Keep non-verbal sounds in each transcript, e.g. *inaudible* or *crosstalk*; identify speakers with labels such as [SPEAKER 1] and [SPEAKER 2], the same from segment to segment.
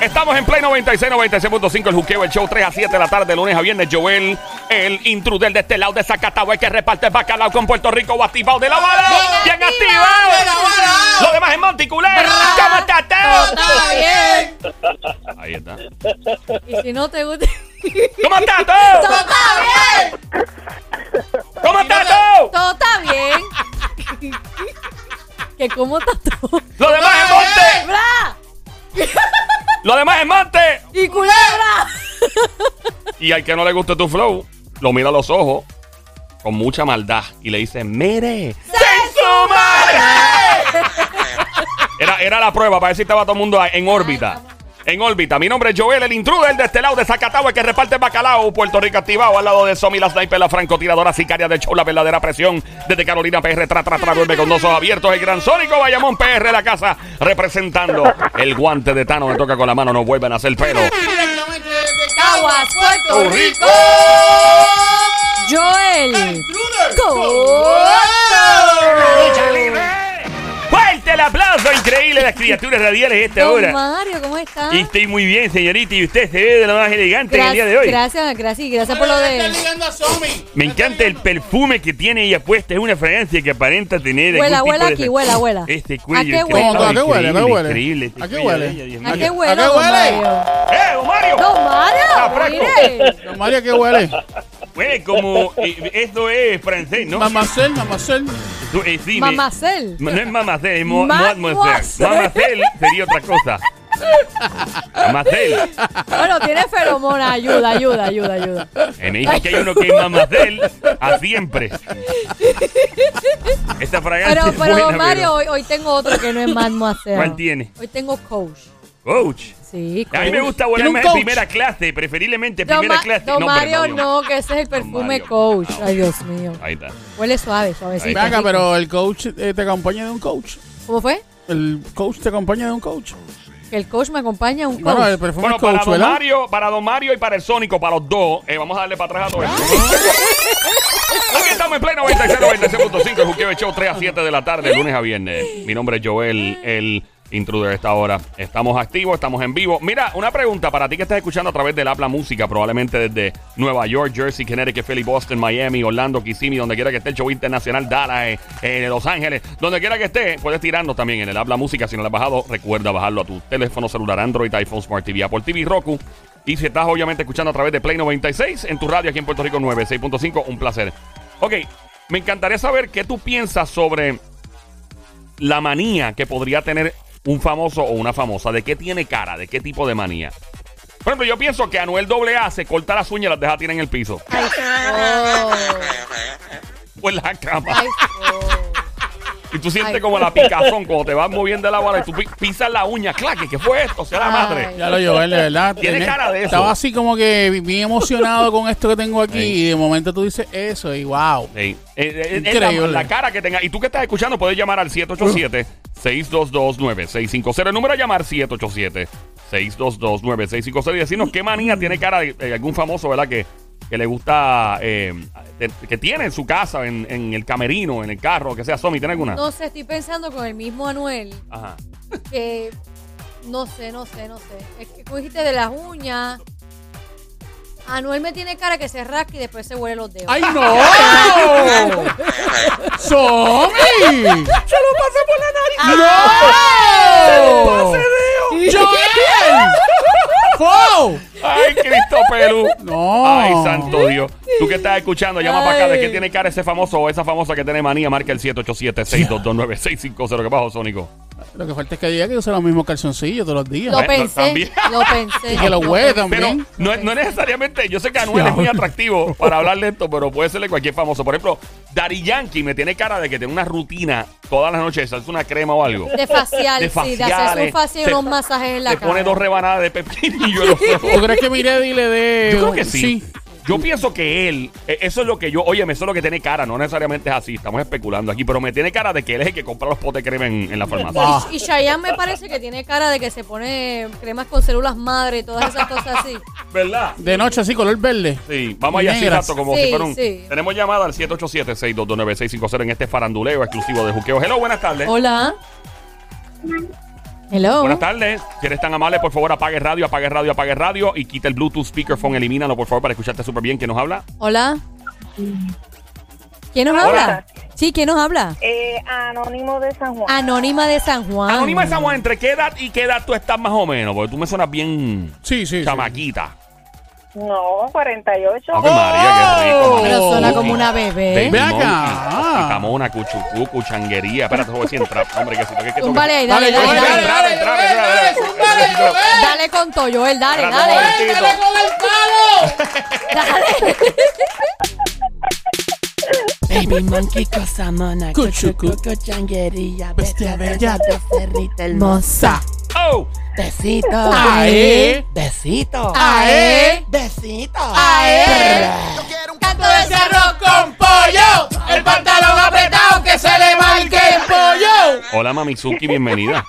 [SPEAKER 1] Estamos en Play 96, 96.5, el juqueo, el show 3 a 7 de la tarde, de lunes a viernes. Joel, el intruder de este lado de Zacatau, el que reparte el bacalao con Puerto Rico, o activado de la bala.
[SPEAKER 2] Bien
[SPEAKER 1] Bien
[SPEAKER 2] activado.
[SPEAKER 1] activado. Lo demás es monticular. ¿Cómo estás, Teo?
[SPEAKER 2] Está bien.
[SPEAKER 1] Ahí está.
[SPEAKER 2] Y si no te gusta.
[SPEAKER 1] ¿Cómo estás, Teo?
[SPEAKER 2] Todo está bien.
[SPEAKER 1] ¿Cómo estás, Teo?
[SPEAKER 2] Todo está bien. que cómo está todo.
[SPEAKER 1] Lo demás es monte.
[SPEAKER 2] ¡Bra!
[SPEAKER 1] Lo demás es monte.
[SPEAKER 2] ¡Y culebra!
[SPEAKER 1] Y al que no le guste tu flow, lo mira a los ojos con mucha maldad y le dice, mire, ¡se su madre! Era, era la prueba para ver si estaba todo el mundo en órbita. En órbita. Mi nombre es Joel, el intruder de este lado de Zacatau, el que reparte bacalao, Puerto Rico activado, al lado de Somi, la sniper, la francotiradora sicaria del show, la verdadera presión. Desde Carolina PR, tra, tra, tra, duerme con dos ojos abiertos, el gran sónico Bayamón PR, la casa, representando el guante de Tano, me toca con la mano, no vuelven a hacer pelo.
[SPEAKER 3] Directamente desde
[SPEAKER 2] Aguas, Puerto
[SPEAKER 1] Rico.
[SPEAKER 2] Joel.
[SPEAKER 1] ¡Fuerte el aplauso! Increíble las criaturas radiales de esta
[SPEAKER 2] Don
[SPEAKER 1] hora.
[SPEAKER 2] Mario, ¿cómo estás?
[SPEAKER 1] Y estoy muy bien, señorita, y usted se ve de lo más elegante en el día de hoy.
[SPEAKER 2] Gracias, gracias, gracias por lo
[SPEAKER 3] Están
[SPEAKER 2] de.
[SPEAKER 3] ligando a Somi.
[SPEAKER 1] Me encanta el perfume que tiene ella puesta. Es una fragancia que aparenta tener.
[SPEAKER 2] Huela,
[SPEAKER 1] algún tipo
[SPEAKER 2] huela
[SPEAKER 1] de-
[SPEAKER 2] aquí, huela, huela.
[SPEAKER 1] Este
[SPEAKER 2] ¿A
[SPEAKER 1] cuello.
[SPEAKER 2] qué huele?
[SPEAKER 1] increíble,
[SPEAKER 3] ¿A qué huele? ¿A qué
[SPEAKER 1] increíble,
[SPEAKER 3] huele?
[SPEAKER 1] increíble, este
[SPEAKER 3] ¿A qué
[SPEAKER 1] cuello de
[SPEAKER 3] huele?
[SPEAKER 1] ella, Dios
[SPEAKER 2] ¿A
[SPEAKER 1] mío.
[SPEAKER 2] qué huele,
[SPEAKER 3] ¿A qué
[SPEAKER 2] don
[SPEAKER 3] huele?
[SPEAKER 2] Mario?
[SPEAKER 1] ¡Eh, don Mario!
[SPEAKER 2] Don
[SPEAKER 1] Está
[SPEAKER 2] Mario,
[SPEAKER 1] fresco.
[SPEAKER 2] mire.
[SPEAKER 3] Don Mario, ¿qué huele?
[SPEAKER 1] Huele como. eh, esto es francés, ¿no?
[SPEAKER 3] Mamacel, mamacel.
[SPEAKER 1] Tú, eh, sí, me-
[SPEAKER 2] Mamacel.
[SPEAKER 1] No es mamacel, es mo-
[SPEAKER 2] Mademoiselle.
[SPEAKER 1] mademoiselle. Mamacel sería otra cosa. Mamacel.
[SPEAKER 2] Bueno, tiene feromona, ayuda, ayuda, ayuda, ayuda.
[SPEAKER 1] Eh, me dicen que hay uno que es mamacel a siempre. Esta fragancia
[SPEAKER 2] Pero,
[SPEAKER 1] es
[SPEAKER 2] pero
[SPEAKER 1] Ah, buena,
[SPEAKER 2] don Mario, hoy, hoy tengo otro que no
[SPEAKER 1] *laughs*
[SPEAKER 2] es mademoiselle.
[SPEAKER 1] ¿Cuál tiene?
[SPEAKER 2] Hoy tengo coach.
[SPEAKER 1] Coach.
[SPEAKER 2] Sí, coach.
[SPEAKER 1] A mí me gusta
[SPEAKER 3] Tiene
[SPEAKER 1] volar
[SPEAKER 3] un
[SPEAKER 1] más en
[SPEAKER 3] coach.
[SPEAKER 1] primera clase, preferiblemente
[SPEAKER 2] Don,
[SPEAKER 1] primera
[SPEAKER 2] Ma-
[SPEAKER 1] clase.
[SPEAKER 2] don
[SPEAKER 1] pero
[SPEAKER 2] Mario,
[SPEAKER 1] Dios.
[SPEAKER 2] no, que ese es el perfume
[SPEAKER 1] Mario.
[SPEAKER 2] coach.
[SPEAKER 1] Ah.
[SPEAKER 2] Ay, Dios mío.
[SPEAKER 1] Ahí está.
[SPEAKER 2] Huele suave, suavecito.
[SPEAKER 3] Venga,
[SPEAKER 2] rico.
[SPEAKER 3] pero el coach eh, te acompaña de un coach.
[SPEAKER 2] ¿Cómo fue?
[SPEAKER 3] El coach te acompaña de un coach.
[SPEAKER 2] Que el coach me acompaña a un coach.
[SPEAKER 3] Bueno, el perfume
[SPEAKER 1] Bueno,
[SPEAKER 3] es coach,
[SPEAKER 1] para don,
[SPEAKER 3] ¿verdad?
[SPEAKER 1] Mario, para don Mario y para el Sónico, para los dos, eh, vamos a darle para atrás a todo
[SPEAKER 3] *laughs*
[SPEAKER 1] esto. Hoy estamos en pleno 96, 96.5, el Juqueo de Show 3 a 7 de la tarde, lunes a viernes. Mi nombre es Joel, el intruder de esta hora. Estamos activos, estamos en vivo. Mira, una pregunta para ti que estás escuchando a través del Habla Música, probablemente desde Nueva York, Jersey, Connecticut, Philly, Boston, Miami, Orlando, Kissimmee, donde quiera que esté el show internacional, Dallas, eh, eh, Los Ángeles, donde quiera que esté, puedes tirarnos también en el Habla Música. Si no lo has bajado, recuerda bajarlo a tu teléfono celular, Android, iPhone, Smart TV, Apple TV, Roku. Y si estás obviamente escuchando a través de Play 96 en tu radio aquí en Puerto Rico 96.5, un placer. Ok, me encantaría saber qué tú piensas sobre la manía que podría tener un famoso o una famosa. ¿De qué tiene cara? ¿De qué tipo de manía? Por ejemplo, yo pienso que Anuel AA se corta las uñas y las deja tirar en el piso *laughs*
[SPEAKER 2] Oh,
[SPEAKER 1] o en la cama.
[SPEAKER 2] *laughs* ay, oh.
[SPEAKER 1] Y tú sientes
[SPEAKER 2] ay.
[SPEAKER 1] como la
[SPEAKER 2] *laughs*
[SPEAKER 1] picazón cuando te vas moviendo la bala y tú pi- pisas la uña. ¡Claque! ¿Qué fue esto? ¡Sea la
[SPEAKER 2] Ay.
[SPEAKER 1] madre!
[SPEAKER 3] Ya lo llevo, él, de verdad.
[SPEAKER 1] Tiene
[SPEAKER 3] Tenés-
[SPEAKER 1] cara de eso.
[SPEAKER 3] Estaba así como que bien emocionado con esto que tengo aquí.
[SPEAKER 1] Sí.
[SPEAKER 3] Y de momento tú dices eso y wow.
[SPEAKER 1] Sí. Eh, eh, es la-
[SPEAKER 3] Increíble.
[SPEAKER 1] La, cara que tenga. Y tú que estás escuchando, puedes llamar al 787-622-9650. El número a llamar 787-622-9650. Y decirnos qué manía tiene cara de, de algún famoso, ¿verdad? Que, que le gusta. eh, de- que tiene en su casa, en, en el camerino, en el carro, que sea Somi. ¿Tiene alguna?
[SPEAKER 2] No sé, estoy pensando con el mismo Anuel.
[SPEAKER 1] Ajá.
[SPEAKER 2] que no sé, no sé, no sé. Es que como dijiste de las uñas. Anuel me tiene cara que se rasca y después se huele los dedos.
[SPEAKER 3] *laughs* ¡Ay, no! ¡Somi!
[SPEAKER 1] ¡Se lo pasé por la nariz!
[SPEAKER 3] ¡No! ¡Joel! ¡Wow!
[SPEAKER 1] ¡Ay, Cristo Pelú!
[SPEAKER 3] No.
[SPEAKER 1] ¡Ay, santo Dios! Tú que estás escuchando, llama para acá. ¿De qué
[SPEAKER 2] Ay.
[SPEAKER 1] tiene cara ese famoso o esa famosa que tiene manía? Marca el 787-622-9650. ¿Qué pasó, Sónico?
[SPEAKER 3] Lo que falta es que diga que usa los mismos calzoncillos todos los días.
[SPEAKER 2] lo
[SPEAKER 1] bueno,
[SPEAKER 2] pensé,
[SPEAKER 1] también.
[SPEAKER 2] lo pensé.
[SPEAKER 3] Y que lo huele también.
[SPEAKER 1] Pero no, no necesariamente. Yo sé que Anuel es muy
[SPEAKER 3] Diablo.
[SPEAKER 1] atractivo para hablar de esto, pero puede serle cualquier famoso. Por ejemplo, Dari Yankee me tiene cara de que tiene una rutina todas las noches. Es una crema o algo.
[SPEAKER 2] De facial,
[SPEAKER 1] De
[SPEAKER 2] sí, de
[SPEAKER 1] faciales,
[SPEAKER 2] hacerse un facial
[SPEAKER 1] se-
[SPEAKER 2] y unos masajes en la
[SPEAKER 1] Se
[SPEAKER 2] cara.
[SPEAKER 1] pone dos rebanadas de pepinillo
[SPEAKER 2] *laughs*
[SPEAKER 1] en los ojos.
[SPEAKER 3] ¿Tú crees que Miredi le dé...?
[SPEAKER 1] Yo creo que sí. Yo pienso que él, eh, eso es lo que yo, oye, eso es lo que tiene cara, no necesariamente es así, estamos especulando aquí, pero me tiene cara de que él es el que compra los potes de crema en, en la farmacia.
[SPEAKER 3] Ah.
[SPEAKER 2] Y Chayanne me parece que tiene cara de que se pone cremas con células madre y todas esas cosas
[SPEAKER 1] ¿Eh?
[SPEAKER 2] así.
[SPEAKER 1] ¿Verdad?
[SPEAKER 3] De noche así, color verde.
[SPEAKER 1] Sí, vamos allá, sí,
[SPEAKER 3] Negras.
[SPEAKER 1] rato, como
[SPEAKER 2] Sí,
[SPEAKER 1] si fuera un-
[SPEAKER 2] sí.
[SPEAKER 1] Tenemos llamada al 787-622-9650 en este faranduleo exclusivo de Juqueo. Hello, buenas tardes.
[SPEAKER 2] Hola. Hello.
[SPEAKER 1] Buenas tardes. Si eres tan amable, por favor, apague radio, apague radio, apague radio y quita el Bluetooth speakerphone, elimínalo, por favor, para escucharte súper bien. ¿Quién nos habla?
[SPEAKER 2] Hola. ¿Quién nos habla? Sí, ¿quién nos habla?
[SPEAKER 4] Eh, Anónimo de San
[SPEAKER 3] Ah.
[SPEAKER 4] Juan.
[SPEAKER 2] Anónima de San Juan.
[SPEAKER 1] Anónima de San Juan, ¿entre qué edad y qué edad tú estás más o menos? Porque tú me suenas bien
[SPEAKER 3] Sí, sí. sí.
[SPEAKER 1] chamaquita.
[SPEAKER 4] No, 48.
[SPEAKER 1] Ave María, Ah, qué rico, mami.
[SPEAKER 2] Pero suena como una
[SPEAKER 1] Baby
[SPEAKER 2] bebé.
[SPEAKER 3] Ve
[SPEAKER 1] monkey,
[SPEAKER 3] acá.
[SPEAKER 1] Picamona, cuchucú, cuchanguería. Espérate, voy a decir entrar. Hombre, que si toque, que toque.
[SPEAKER 2] Zúmbale ahí, dale, dale,
[SPEAKER 1] Dale,
[SPEAKER 2] dale.
[SPEAKER 1] dale, dale, dale, dale.
[SPEAKER 2] Dale con todo, Joel, dale,
[SPEAKER 1] Espérate un
[SPEAKER 2] dale.
[SPEAKER 1] momentito.
[SPEAKER 2] Dale.
[SPEAKER 5] Baby monkey, cosa mona,
[SPEAKER 3] Cuchu,
[SPEAKER 5] cuchu, cucu, changuería,
[SPEAKER 3] Bestia bella.
[SPEAKER 5] bestia bella, becerrita hermosa.
[SPEAKER 1] Oh,
[SPEAKER 5] Besito,
[SPEAKER 3] Ae.
[SPEAKER 5] besito,
[SPEAKER 3] Ae.
[SPEAKER 5] besito.
[SPEAKER 2] Ae. Canto de cerro
[SPEAKER 3] con pollo. El pantalón apretado que se le marque el pollo.
[SPEAKER 1] Hola, Mamizuki, bienvenida.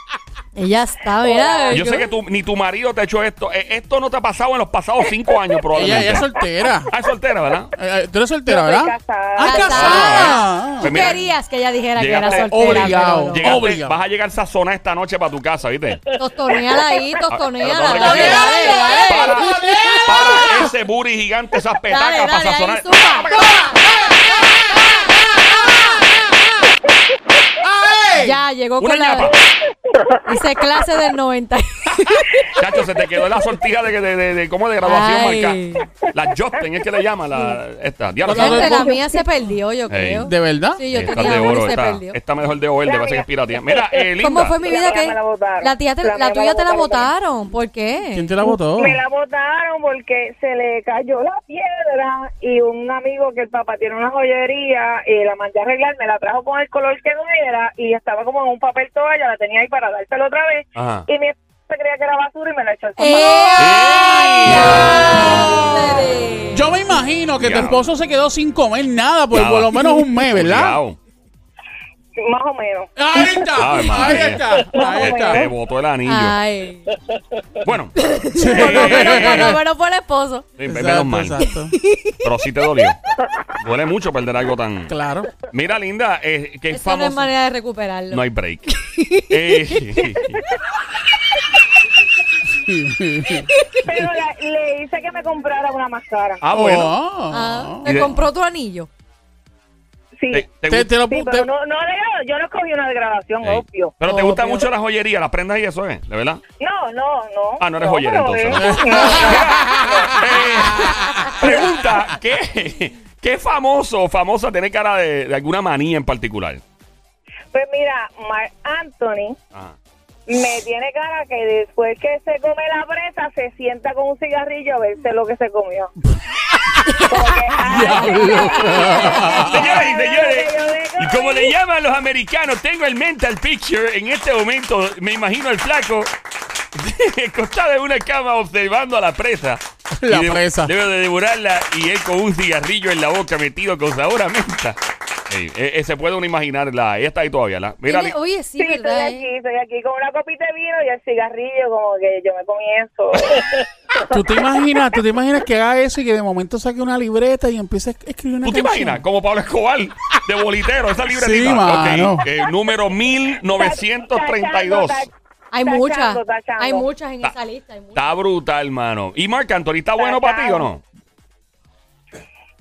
[SPEAKER 2] Ella está, mira.
[SPEAKER 1] Yo sé que tú- ni tu marido te ha hecho esto. Eh, Esto no te ha pasado en los pasados cinco años,
[SPEAKER 3] Ella,
[SPEAKER 1] probablemente.
[SPEAKER 3] ella es soltera.
[SPEAKER 1] Ah, es soltera, ¿verdad?
[SPEAKER 3] Eh, eh, Tú eres soltera,
[SPEAKER 4] Yo soy
[SPEAKER 3] ¿verdad?
[SPEAKER 4] casada.
[SPEAKER 3] Ah,
[SPEAKER 2] Casada.
[SPEAKER 3] casada.
[SPEAKER 1] Pues
[SPEAKER 2] Tú
[SPEAKER 1] mira,
[SPEAKER 2] querías que ella dijera que era
[SPEAKER 1] llegaste
[SPEAKER 2] soltera. pero
[SPEAKER 3] obligado.
[SPEAKER 2] no.
[SPEAKER 3] Llega-
[SPEAKER 1] Llegaste-
[SPEAKER 3] Obligado.
[SPEAKER 1] vas a llegar sazona esta noche para tu casa, ¿viste?
[SPEAKER 2] Tostoneala ahí,
[SPEAKER 1] Ah,
[SPEAKER 2] tostoneala.
[SPEAKER 1] Ahora,
[SPEAKER 2] Dale,
[SPEAKER 1] ahora,
[SPEAKER 2] dale,
[SPEAKER 1] Para,
[SPEAKER 2] dale.
[SPEAKER 1] para ese booty gigante, esas
[SPEAKER 2] Dale,
[SPEAKER 1] petacas para
[SPEAKER 2] dale, ahí,
[SPEAKER 1] sazonar.
[SPEAKER 2] zumba.
[SPEAKER 3] ¡Ae!
[SPEAKER 2] *laughs* Ya, llegó
[SPEAKER 1] Una
[SPEAKER 2] con la...
[SPEAKER 1] ñapa.
[SPEAKER 2] Dice clase del
[SPEAKER 1] *laughs*
[SPEAKER 2] 90.
[SPEAKER 1] Chacho, se te quedó la sortija de, de, de, de- ¿cómo de graduación
[SPEAKER 2] Ay.
[SPEAKER 1] marcada. La Justin, es que le llama la, esta. Diablo,
[SPEAKER 3] Cuando-
[SPEAKER 1] esta-
[SPEAKER 2] Gente, la mía se perdió, yo creo.
[SPEAKER 3] ¿De verdad?
[SPEAKER 2] Sí, yo
[SPEAKER 1] esta
[SPEAKER 2] tenía
[SPEAKER 1] de
[SPEAKER 2] una
[SPEAKER 1] oro,
[SPEAKER 2] y se
[SPEAKER 1] esta,
[SPEAKER 2] perdió.
[SPEAKER 1] esta mejor de OL, de parece que es piratía. Mira, eh, Linda.
[SPEAKER 2] ¿Cómo fue mi
[SPEAKER 4] La
[SPEAKER 2] vida
[SPEAKER 4] mía
[SPEAKER 2] que
[SPEAKER 4] me la botaron.
[SPEAKER 2] la tía te-
[SPEAKER 4] La
[SPEAKER 2] la,
[SPEAKER 4] mía me
[SPEAKER 2] tuya
[SPEAKER 4] la
[SPEAKER 2] te la
[SPEAKER 4] botaron.
[SPEAKER 2] votaron? ¿Por
[SPEAKER 3] ¿Quién
[SPEAKER 2] qué?
[SPEAKER 3] te la votó?
[SPEAKER 4] Me la botaron porque se le cayó la piedra y un amigo que el papá tiene una joyería y la mandé a arreglar, me la trajo con el color que no era y estaba como en un papel toalla, la tenía ahí para dársela otra vez
[SPEAKER 1] Ajá.
[SPEAKER 4] y mi esposo se creía que era basura y me la echó al zapato.
[SPEAKER 2] ¡Eh!
[SPEAKER 3] Yo me imagino que tu
[SPEAKER 1] Diablo.
[SPEAKER 3] esposo se quedó sin comer nada por
[SPEAKER 1] Nada.
[SPEAKER 3] Pues por lo menos un mes, ¿verdad?
[SPEAKER 1] Cuidado.
[SPEAKER 4] Más o menos.
[SPEAKER 3] Ahí está,
[SPEAKER 1] Ave
[SPEAKER 3] ahí
[SPEAKER 1] María.
[SPEAKER 3] está, ahí
[SPEAKER 1] Te
[SPEAKER 3] está.
[SPEAKER 1] botó el anillo.
[SPEAKER 2] Ay. *laughs*
[SPEAKER 1] Bueno. *laughs*
[SPEAKER 2] Por lo menos- por lo
[SPEAKER 1] eh,
[SPEAKER 2] menos fue el esposo.
[SPEAKER 1] sí,
[SPEAKER 3] Exacto,
[SPEAKER 1] menos mal.
[SPEAKER 3] exacto.
[SPEAKER 1] Pero sí te dolió. Duele mucho perder algo tan.
[SPEAKER 3] Claro.
[SPEAKER 1] Mira, Linda, eh, que es
[SPEAKER 2] Esa no es
[SPEAKER 1] famoso.
[SPEAKER 2] manera de recuperarlo.
[SPEAKER 1] No hay
[SPEAKER 2] *laughs*
[SPEAKER 1] break. Eh, *laughs*
[SPEAKER 4] Pero la- le hice que me comprara una máscara.
[SPEAKER 1] ah, bueno.
[SPEAKER 3] Oh.
[SPEAKER 2] Ah,
[SPEAKER 1] Y
[SPEAKER 2] te
[SPEAKER 1] de-
[SPEAKER 2] compró tu anillo.
[SPEAKER 4] Sí.
[SPEAKER 1] Te- te
[SPEAKER 3] Te-
[SPEAKER 1] gu-
[SPEAKER 3] te lo-
[SPEAKER 4] Sí,
[SPEAKER 3] te-
[SPEAKER 4] pero no, no, de- yo no escogí una de grabación,
[SPEAKER 1] Ey.
[SPEAKER 4] obvio.
[SPEAKER 1] Pero te gusta
[SPEAKER 2] Obvio.
[SPEAKER 1] mucho la joyería, las prendas y eso, ¿eh? ¿De verdad?
[SPEAKER 4] No, no, no.
[SPEAKER 1] Ah, no eres
[SPEAKER 4] No,
[SPEAKER 1] joyera
[SPEAKER 4] pero,
[SPEAKER 1] entonces. *laughs*
[SPEAKER 4] eh, no.
[SPEAKER 1] Eh, pregunta, ¿qué, ¿qué famoso o famosa tiene cara de, de alguna manía en particular?
[SPEAKER 4] Pues mira, Mark Anthony
[SPEAKER 1] Ajá.
[SPEAKER 4] me tiene cara que después que se come la presa se sienta con un cigarrillo a verse lo que se
[SPEAKER 2] *laughs*
[SPEAKER 4] comió. Porque, ay,
[SPEAKER 1] *laughs* Señoras y señores,
[SPEAKER 4] Yo digo,
[SPEAKER 1] y como le llaman los americanos, tengo el mental picture. En este momento me imagino al flaco *laughs* acostado en una cama observando a la presa.
[SPEAKER 3] La
[SPEAKER 1] Y de-
[SPEAKER 3] presa.
[SPEAKER 1] Debe de devorarla y él con un cigarrillo en la boca metido con sabor a menta. Ey, eh, eh, se puede uno imaginar la... Ella está ahí todavía, ¿la? Mira,
[SPEAKER 2] Tiene- oye, sí,
[SPEAKER 4] Sí, estoy
[SPEAKER 2] ¿verdad? eh?
[SPEAKER 4] aquí, estoy aquí con una copita de vino y el cigarrillo, como que yo me comí
[SPEAKER 1] *laughs*
[SPEAKER 4] eso.
[SPEAKER 3] ¿Tú te imaginas, tú te imaginas que haga eso y que de momento saque una libreta y empiece a escribir una
[SPEAKER 1] ¿Tú te
[SPEAKER 3] canción?
[SPEAKER 1] imaginas? Como Pablo Escobar, de bolitero, esa libretita.
[SPEAKER 3] Sí, mano.
[SPEAKER 1] Ok, eh, número 1932.
[SPEAKER 4] Tachando,
[SPEAKER 2] Hay
[SPEAKER 4] Tachando,
[SPEAKER 2] muchas.
[SPEAKER 4] tachando.
[SPEAKER 2] Hay muchas en
[SPEAKER 1] Ta-
[SPEAKER 2] esa lista. Hay muchas.
[SPEAKER 1] Está brutal, hermano. ¿Y Marc Anthony está bueno para ti o no?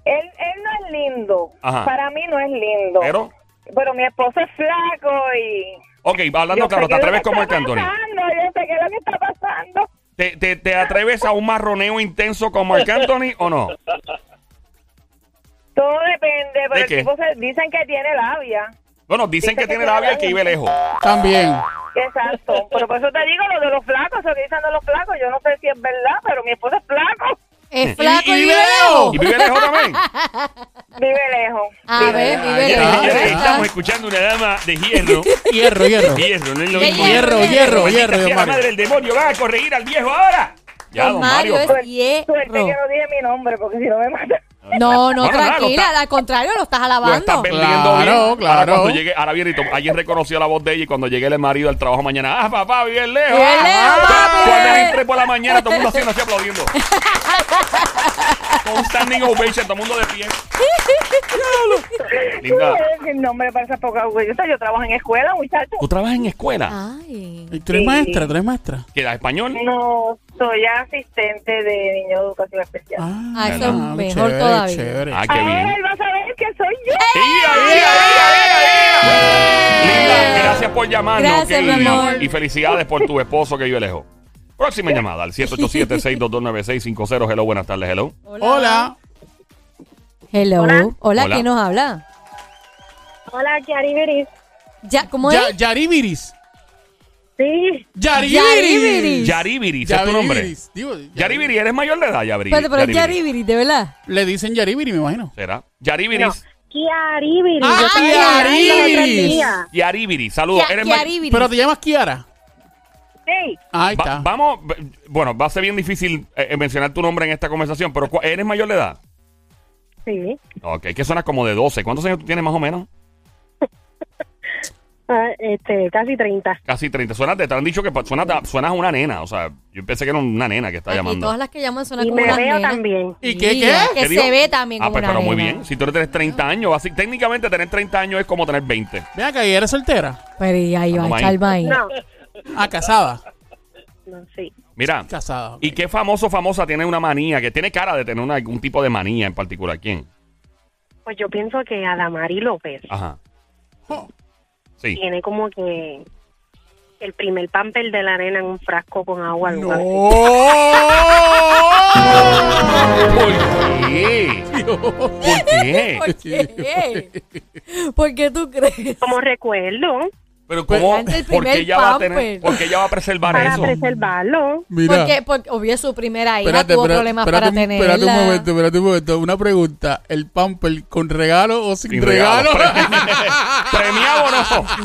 [SPEAKER 4] Él, él no es lindo.
[SPEAKER 1] Ajá.
[SPEAKER 4] Para mí no es lindo.
[SPEAKER 1] Pero,
[SPEAKER 4] Pero mi esposo es flaco y...
[SPEAKER 1] ok, hablando claro,
[SPEAKER 4] yo sé
[SPEAKER 1] te
[SPEAKER 4] qué es lo
[SPEAKER 1] atreves
[SPEAKER 4] que
[SPEAKER 1] con Marc
[SPEAKER 4] está
[SPEAKER 1] Anthony.
[SPEAKER 4] pasando, Yo sé qué es lo que está pasando.
[SPEAKER 1] ¿Te, te, te atreves a un marroneo intenso con Marc Anthony o no?
[SPEAKER 4] Todo depende, pero
[SPEAKER 1] ¿De
[SPEAKER 4] el
[SPEAKER 1] qué?
[SPEAKER 4] tipo se, dicen que tiene labia.
[SPEAKER 1] Bueno, dicen que tiene labia que vive lejos.
[SPEAKER 3] También.
[SPEAKER 1] *laughs*
[SPEAKER 4] Exacto. pero por eso te digo lo de los flacos, lo que dicen de los flacos. Yo no sé si es verdad, pero mi esposo es flaco.
[SPEAKER 2] Es flaco
[SPEAKER 3] y
[SPEAKER 2] y
[SPEAKER 3] veo.
[SPEAKER 2] veo.
[SPEAKER 1] ¿Y vive lejos también?
[SPEAKER 4] Vive lejos.
[SPEAKER 2] A ver, vive
[SPEAKER 1] Señores,
[SPEAKER 3] Ah,
[SPEAKER 1] señores,
[SPEAKER 3] ah.
[SPEAKER 1] Estamos escuchando una dama de hierro.
[SPEAKER 3] Hierro, hierro.
[SPEAKER 1] Hierro, no es lo
[SPEAKER 2] De
[SPEAKER 1] mismo.
[SPEAKER 3] Hierro, hierro,
[SPEAKER 1] Maldita
[SPEAKER 3] hierro,
[SPEAKER 1] sea
[SPEAKER 3] don
[SPEAKER 1] la
[SPEAKER 3] Mario.
[SPEAKER 1] madre del demonio, va a corregir al viejo ahora. Ya,
[SPEAKER 2] Don
[SPEAKER 1] don
[SPEAKER 2] Mario
[SPEAKER 1] Mario.
[SPEAKER 2] es-
[SPEAKER 4] Suerte,
[SPEAKER 2] Hierro.
[SPEAKER 4] suerte que no dije mi nombre, porque si no me matan.
[SPEAKER 2] No,
[SPEAKER 1] Bueno, nada,
[SPEAKER 2] no,
[SPEAKER 1] lo
[SPEAKER 2] tranquila.
[SPEAKER 1] está-
[SPEAKER 2] al contrario, lo estás
[SPEAKER 1] Lo estás
[SPEAKER 2] alabando.
[SPEAKER 1] vendiendo bien.
[SPEAKER 3] Claro,
[SPEAKER 1] Ahora,
[SPEAKER 3] claro.
[SPEAKER 1] cuando llegue, ahora viene y to- ayer reconoció la voz de ella y cuando llegue el marido al trabajo mañana, ah, papá, bien lejos.
[SPEAKER 2] Bien
[SPEAKER 1] ah,
[SPEAKER 2] lejos,
[SPEAKER 1] ah".
[SPEAKER 2] papi.
[SPEAKER 1] Cuando eran tres por la mañana, todo el mundo haciendo así aplaudiendo. Con standing ovation, todo el mundo de pie.
[SPEAKER 4] Tú no *laughs*
[SPEAKER 1] Linda,
[SPEAKER 4] debes decir nombre para esa poca orgullosa. Yo trabajo en escuela, muchachos.
[SPEAKER 1] ¿tú trabajas en escuela?
[SPEAKER 2] Ay.
[SPEAKER 3] ¿Y tú eres
[SPEAKER 4] Sí.
[SPEAKER 3] maestra? ¿Tú eres maestra?
[SPEAKER 1] ¿Que das español?
[SPEAKER 4] No, soy asistente de niños de educación especial.
[SPEAKER 2] Ah, eso es
[SPEAKER 3] ah,
[SPEAKER 2] mejor todavía.
[SPEAKER 1] Ah, qué bien.
[SPEAKER 4] Ahora él va a saber que soy yo.
[SPEAKER 1] ¡Ia, ia, ia, ia, ia! Linda, gracias por llamarnos.
[SPEAKER 2] Gracias,
[SPEAKER 1] ok,
[SPEAKER 2] mi amor.
[SPEAKER 1] Y felicidades por tu esposo que vive lejos. Próxima llamada al 787-622-9650. Hello, buenas tardes, hello.
[SPEAKER 3] Hola.
[SPEAKER 2] Hello. Hola,
[SPEAKER 1] Hola.
[SPEAKER 2] ¿quién nos habla?
[SPEAKER 4] Hola, Kiari Viris.
[SPEAKER 2] Ya, ¿Cómo
[SPEAKER 3] Ya,
[SPEAKER 2] es?
[SPEAKER 3] Yaribiris.
[SPEAKER 4] Sí,
[SPEAKER 2] Yaribiris.
[SPEAKER 3] Yaribiris.
[SPEAKER 1] Yaribiri, ¿es tu nombre?
[SPEAKER 3] Yaribiris. Digo,
[SPEAKER 1] Yaribiri, ¿eres mayor de edad, Yaribiri?
[SPEAKER 2] Espérate, pero es
[SPEAKER 1] Yaribiri.
[SPEAKER 2] Yaribiri, de verdad.
[SPEAKER 3] Le dicen Yaribiri, me imagino.
[SPEAKER 1] ¿Será? Yaribiris.
[SPEAKER 4] Kiari Viris.
[SPEAKER 3] Ah,
[SPEAKER 1] Ah,
[SPEAKER 3] Yaribiris.
[SPEAKER 1] Yaribiri, saludos.
[SPEAKER 2] Ya-
[SPEAKER 1] Oh, Eres ma-
[SPEAKER 2] Yaribiri.
[SPEAKER 3] Pero te llamas Kiara.
[SPEAKER 4] Sí,
[SPEAKER 3] Ahí
[SPEAKER 1] Va-
[SPEAKER 3] está.
[SPEAKER 1] vamos, b- bueno, va a ser bien difícil eh, eh, mencionar tu nombre en esta conversación, pero ¿cu- ¿eres mayor de edad?
[SPEAKER 4] sí.
[SPEAKER 1] Ok, que suena como de 12. ¿Cuántos años tú tienes más o menos?
[SPEAKER 4] Ah, este, casi 30.
[SPEAKER 1] Casi 30. Suenas, te te han dicho que pa- suenas, ta- suenas una nena. O sea, yo pensé que era una nena que está
[SPEAKER 2] Aquí
[SPEAKER 1] llamando.
[SPEAKER 2] todas las que llaman son
[SPEAKER 4] Y
[SPEAKER 2] como
[SPEAKER 4] me
[SPEAKER 2] unas
[SPEAKER 4] veo
[SPEAKER 2] nenas.
[SPEAKER 4] también.
[SPEAKER 3] ¿Y qué, qué?
[SPEAKER 2] Mira, Que
[SPEAKER 1] ¿Qué
[SPEAKER 2] se
[SPEAKER 1] digo?
[SPEAKER 2] ve también
[SPEAKER 1] Ah,
[SPEAKER 2] como
[SPEAKER 1] pues,
[SPEAKER 2] una
[SPEAKER 1] pero muy
[SPEAKER 2] nena.
[SPEAKER 1] bien. Si tú tienes 30 años, así, técnicamente tener 30 años es como tener 20.
[SPEAKER 3] Ven acá, ¿y eres soltera?
[SPEAKER 2] Pero y ahí va,
[SPEAKER 1] Vamos ahí.
[SPEAKER 2] Chalma ahí.
[SPEAKER 4] No,
[SPEAKER 3] Ah, casada.
[SPEAKER 4] no, sí.
[SPEAKER 1] Mira,
[SPEAKER 3] Casada.
[SPEAKER 1] ¿y qué famoso famosa tiene una manía? Que tiene cara de tener una- algún tipo de manía en particular. ¿Quién?
[SPEAKER 4] Pues yo pienso que Adamari López
[SPEAKER 1] Ajá.
[SPEAKER 3] Oh,
[SPEAKER 1] Ah, Sí.
[SPEAKER 4] tiene como que el primer pamper de la arena en un frasco con agua. algo así.
[SPEAKER 3] ¡No!
[SPEAKER 1] ¿Por qué? ¿Por qué?
[SPEAKER 2] *laughs* ¿Por qué? ¿Por qué tú crees?
[SPEAKER 4] Como recuerdo,
[SPEAKER 1] Pero ¿cómo?
[SPEAKER 2] Antes el
[SPEAKER 1] ¿Por qué
[SPEAKER 2] primer pues.
[SPEAKER 1] ella va a tener?
[SPEAKER 2] pamper.
[SPEAKER 1] ¿Por qué ella va a preservar
[SPEAKER 4] para
[SPEAKER 1] eso?
[SPEAKER 4] preservarlo,
[SPEAKER 3] Mira.
[SPEAKER 2] Porque, porque obvio su primera hija tuvo
[SPEAKER 3] espera-
[SPEAKER 2] problemas
[SPEAKER 3] espérate
[SPEAKER 2] para
[SPEAKER 3] un-
[SPEAKER 2] tenerla.
[SPEAKER 3] Espérate un momento, espérate un momento. Una pregunta. ¿El pamper con regalo o sin,
[SPEAKER 1] Sin
[SPEAKER 3] regalo?
[SPEAKER 1] regalo. *laughs*
[SPEAKER 3] *laughs*
[SPEAKER 1] ¿Premiado o no?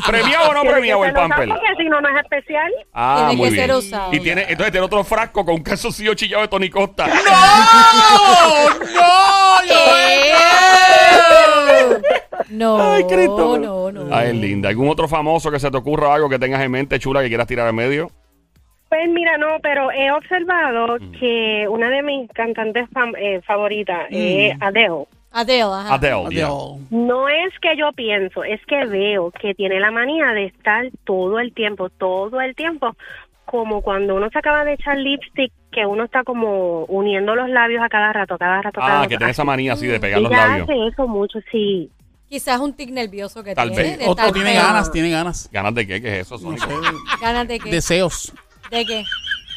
[SPEAKER 1] ¿Premiado o no
[SPEAKER 4] tiene que
[SPEAKER 1] premiado el
[SPEAKER 4] ser usado
[SPEAKER 1] pamper?
[SPEAKER 4] Porque si no, no es especial.
[SPEAKER 1] Ah,
[SPEAKER 2] Tiene
[SPEAKER 1] muy
[SPEAKER 2] que
[SPEAKER 1] bien.
[SPEAKER 2] ser usado.
[SPEAKER 1] Y tiene, entonces tiene otro frasco con un calzoncillo chillado de Tony Costa. *laughs*
[SPEAKER 3] ¡No! ¡No! Joel! *laughs*
[SPEAKER 2] No,
[SPEAKER 1] Ay, Cristo.
[SPEAKER 2] no, no.
[SPEAKER 1] Ay, linda. ¿Algún otro famoso que se te ocurra algo que tengas en mente, chula, que quieras tirar al medio?
[SPEAKER 4] Pues mira, no, pero he observado
[SPEAKER 1] Mm.
[SPEAKER 4] que una de mis cantantes fam- eh, favoritas
[SPEAKER 1] Mm.
[SPEAKER 4] es Adele.
[SPEAKER 2] Adele, ajá.
[SPEAKER 1] Adele. ya.
[SPEAKER 3] Adiós.
[SPEAKER 4] No es que yo pienso, es que veo que tiene la manía de estar todo el tiempo, todo el tiempo, como cuando uno se acaba de echar lipstick, que uno está como uniendo los labios a cada rato, a cada rato, a cada
[SPEAKER 1] Ah,
[SPEAKER 4] rato.
[SPEAKER 1] que tiene esa manía así de pegar los
[SPEAKER 4] Ella
[SPEAKER 1] labios.
[SPEAKER 4] hace eso mucho, sí.
[SPEAKER 2] Quizás un tic nervioso que
[SPEAKER 1] Tal
[SPEAKER 2] tiene.
[SPEAKER 1] vez.
[SPEAKER 2] de
[SPEAKER 3] O,
[SPEAKER 2] estar
[SPEAKER 3] o tiene
[SPEAKER 2] feo.
[SPEAKER 3] ganas, tiene ganas.
[SPEAKER 1] ¿Ganas de qué? ¿Qué es eso,
[SPEAKER 3] No
[SPEAKER 1] Sónico?
[SPEAKER 3] sé,
[SPEAKER 2] ¿Ganas de qué?
[SPEAKER 3] deseos.
[SPEAKER 2] ¿De qué?